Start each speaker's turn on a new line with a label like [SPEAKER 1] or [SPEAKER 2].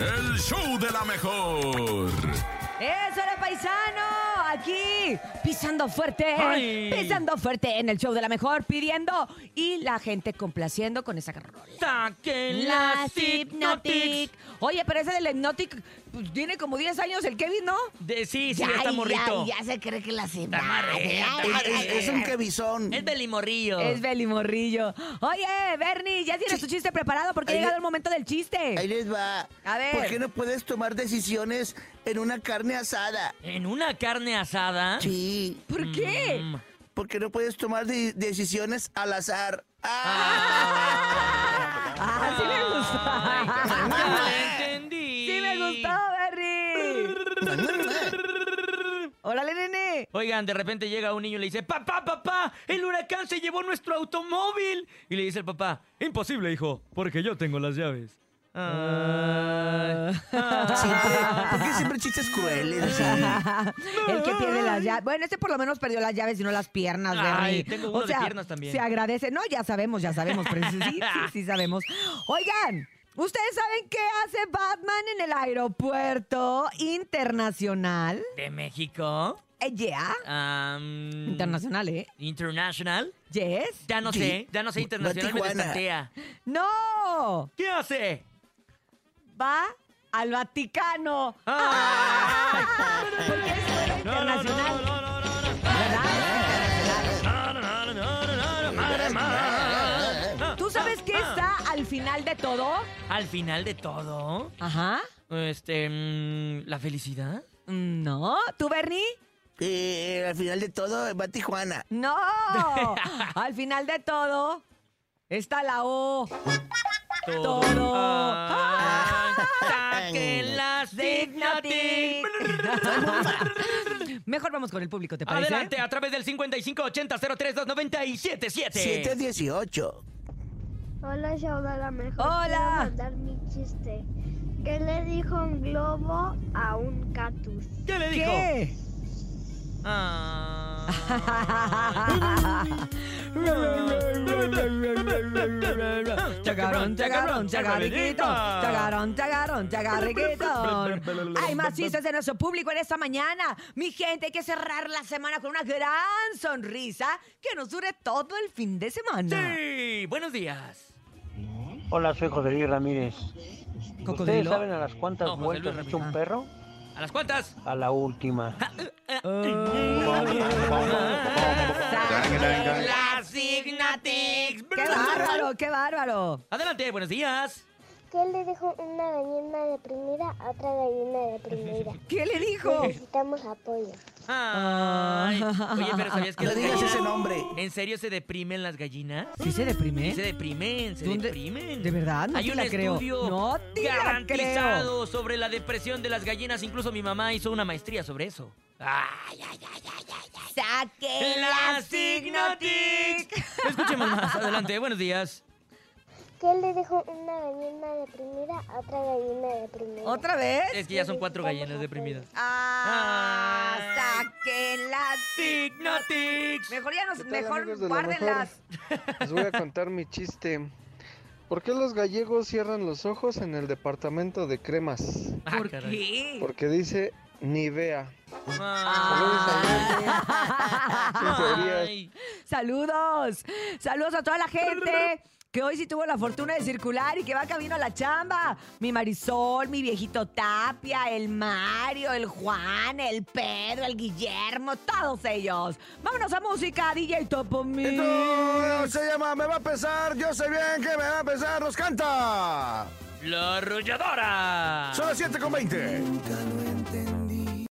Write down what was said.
[SPEAKER 1] El show de la mejor.
[SPEAKER 2] ¡Eso era paisano! Aquí, pisando fuerte,
[SPEAKER 3] ¡Ay!
[SPEAKER 2] pisando fuerte en el show de la mejor, pidiendo y la gente complaciendo con esa rola.
[SPEAKER 3] Saquen las hipnotics.
[SPEAKER 2] Oye, pero esa del Hypnotic pues, tiene como 10 años el Kevin, ¿no?
[SPEAKER 3] De, sí, sí, está morrito.
[SPEAKER 2] Ya, ya se cree que la
[SPEAKER 3] Está marrero,
[SPEAKER 2] Hypnotic.
[SPEAKER 3] está
[SPEAKER 2] Ay,
[SPEAKER 3] marrero.
[SPEAKER 2] ay, ay,
[SPEAKER 4] Es un quebizón.
[SPEAKER 3] Es belimorrillo.
[SPEAKER 2] Es Belimorrillo. Oye, Bernie, ¿ya tienes tu chiste preparado? Porque ha
[SPEAKER 4] Ahí-
[SPEAKER 2] llegado el momento del chiste.
[SPEAKER 4] Ahí les va.
[SPEAKER 2] A ver.
[SPEAKER 4] ¿Por qué no puedes tomar decisiones en una carne asada?
[SPEAKER 3] ¿En una carne asada?
[SPEAKER 4] Sí.
[SPEAKER 2] ¿Por qué?
[SPEAKER 3] Mm.
[SPEAKER 4] ¿Por qué no puedes tomar de- decisiones al azar?
[SPEAKER 3] Ah.
[SPEAKER 2] Ah, sí me gustó.
[SPEAKER 3] Ay, como que no Ah, la entendí.
[SPEAKER 2] Ah, Sí me gustó, Bernie.
[SPEAKER 3] Ah.
[SPEAKER 2] Órale, nene.
[SPEAKER 3] Oigan, de repente llega un niño y le dice, papá, papá, el huracán se llevó nuestro automóvil. Y le dice el papá, imposible, hijo, porque yo tengo las llaves.
[SPEAKER 2] Ah.
[SPEAKER 3] Ay.
[SPEAKER 4] Siempre-
[SPEAKER 3] Ah.
[SPEAKER 4] ¿Por qué siempre chistes crueles? así?
[SPEAKER 2] El que pierde las llaves. Bueno, este por lo menos perdió las llaves y no las piernas,
[SPEAKER 3] Ay,
[SPEAKER 2] Bernie.
[SPEAKER 3] tengo uno de piernas también.
[SPEAKER 2] Se agradece. No, ya sabemos, ya sabemos. Pero sí, sí, sí, sí sabemos. Oigan, ¿ustedes saben qué hace Batman en el aeropuerto internacional?
[SPEAKER 3] ¿De México?
[SPEAKER 2] Eh, yeah.
[SPEAKER 3] Am,
[SPEAKER 2] Internacional, ¿eh?
[SPEAKER 3] International.
[SPEAKER 2] Yes.
[SPEAKER 3] Mm. Ya no
[SPEAKER 4] Sí.
[SPEAKER 3] sé, ya no sé,
[SPEAKER 4] Va a
[SPEAKER 3] internacional me
[SPEAKER 4] Tijuana.
[SPEAKER 3] destatea.
[SPEAKER 2] ¡No!
[SPEAKER 3] ¿Qué hace?
[SPEAKER 2] Va al Vaticano.
[SPEAKER 3] Ah.
[SPEAKER 2] Porque es fuera
[SPEAKER 3] No, no, no,
[SPEAKER 2] internacional.
[SPEAKER 3] no, no, no, no.
[SPEAKER 2] ¿Verdad?
[SPEAKER 3] No, no, no, no, no, no, madre, madre.
[SPEAKER 2] ¿Tú sabes qué está al final de todo?
[SPEAKER 3] Al final de todo,
[SPEAKER 2] Ajá.
[SPEAKER 3] este, mm, la felicidad.
[SPEAKER 2] Mm, No. ¿Tú, Bernie?
[SPEAKER 4] Eh, al final de todo va Tijuana.
[SPEAKER 2] No. al final de todo está la O. Todo.
[SPEAKER 3] Ah, Saquen las
[SPEAKER 2] Dignity.
[SPEAKER 3] Dignity.
[SPEAKER 2] Mejor vamos con el público, ¿te parece?
[SPEAKER 3] Adelante, a través del 5580-032977.
[SPEAKER 4] 718.
[SPEAKER 5] Hola, show de la mejor.
[SPEAKER 2] Hola.
[SPEAKER 5] Quiero mandar mi chiste. ¿Qué le dijo un globo a un cactus?
[SPEAKER 3] ¿Qué le dijo?
[SPEAKER 2] ¿Qué?
[SPEAKER 3] Ah.
[SPEAKER 2] Chacarón, chacarón, chagarriquito. Chacarón, chacarón, chagarriquito. Hay más chistes de nuestro público en esta mañana. Mi gente, hay que cerrar la semana con una gran sonrisa que nos dure todo el fin de semana.
[SPEAKER 3] Sí, buenos días.
[SPEAKER 6] Hola, soy José Luis Ramírez. ¿Ustedes
[SPEAKER 2] Cocodrilo.
[SPEAKER 6] saben a las cuantas
[SPEAKER 3] No, José
[SPEAKER 6] vueltas
[SPEAKER 3] Luis
[SPEAKER 6] ha hecho un
[SPEAKER 2] Ramírez.
[SPEAKER 6] perro?
[SPEAKER 3] ¿A las cuantas?
[SPEAKER 6] A la última.
[SPEAKER 3] Las Ignatix.
[SPEAKER 2] ¡Qué bárbaro, qué bárbaro!
[SPEAKER 3] Adelante, buenos días.
[SPEAKER 7] ¿Qué le dijo una gallina deprimida a otra gallina deprimida?
[SPEAKER 2] ¿Qué le dijo?
[SPEAKER 7] Necesitamos apoyo.
[SPEAKER 3] Ay. Oye, pero ¿sabías que
[SPEAKER 4] No
[SPEAKER 3] las
[SPEAKER 4] digas
[SPEAKER 3] gallinas-
[SPEAKER 4] ese nombre.
[SPEAKER 3] ¿En serio se deprimen las gallinas?
[SPEAKER 2] ¿Sí se
[SPEAKER 3] Sí, se
[SPEAKER 2] deprime?
[SPEAKER 3] deprimen, se
[SPEAKER 2] ¿Dónde?
[SPEAKER 3] deprimen.
[SPEAKER 2] ¿De verdad? No
[SPEAKER 3] Hay
[SPEAKER 2] te
[SPEAKER 3] un
[SPEAKER 2] la creo.
[SPEAKER 3] estudio
[SPEAKER 2] No te la
[SPEAKER 3] garantizado sobre la depresión de las gallinas. Incluso mi mamá hizo una maestría sobre eso. ¡Ay, ay, ay, ay, ay! ay.
[SPEAKER 2] ¡Saque
[SPEAKER 3] ¡Las Ignatix! Escuchemos más. Adelante, buenos días.
[SPEAKER 7] ¿Qué le dijo una gallina deprimida a otra gallina deprimida?
[SPEAKER 2] ¿Otra vez?
[SPEAKER 3] Es que ya son cuatro gallinas deprimidas.
[SPEAKER 2] ¡Ah!
[SPEAKER 3] Ay.
[SPEAKER 2] ¡Saquen las
[SPEAKER 3] ¡Ignatix!
[SPEAKER 2] Mejor ya
[SPEAKER 8] ¿Qué
[SPEAKER 2] nos,
[SPEAKER 8] tal,
[SPEAKER 2] mejor
[SPEAKER 8] amigos de la
[SPEAKER 2] guárdenlas.
[SPEAKER 8] Les voy a contar mi chiste. ¿Por qué los gallegos cierran los ojos en el departamento de cremas?
[SPEAKER 3] Ah,
[SPEAKER 2] ¿Por
[SPEAKER 3] caray.
[SPEAKER 2] qué?
[SPEAKER 8] Porque dice ni vea.
[SPEAKER 3] Ah. Ay.
[SPEAKER 2] Saludos. Saludos a toda la gente que hoy sí tuvo la fortuna de circular y que va camino a la chamba. Mi Marisol, mi viejito Tapia, el Mario, el Juan, el Pedro, el Guillermo, todos ellos. Vámonos a música, DJ Topo Mix.
[SPEAKER 4] Esto se llama Me va a pesar, yo sé bien que me va a pesar, nos canta.
[SPEAKER 3] La arrolladora.
[SPEAKER 4] Son las 7 con 20.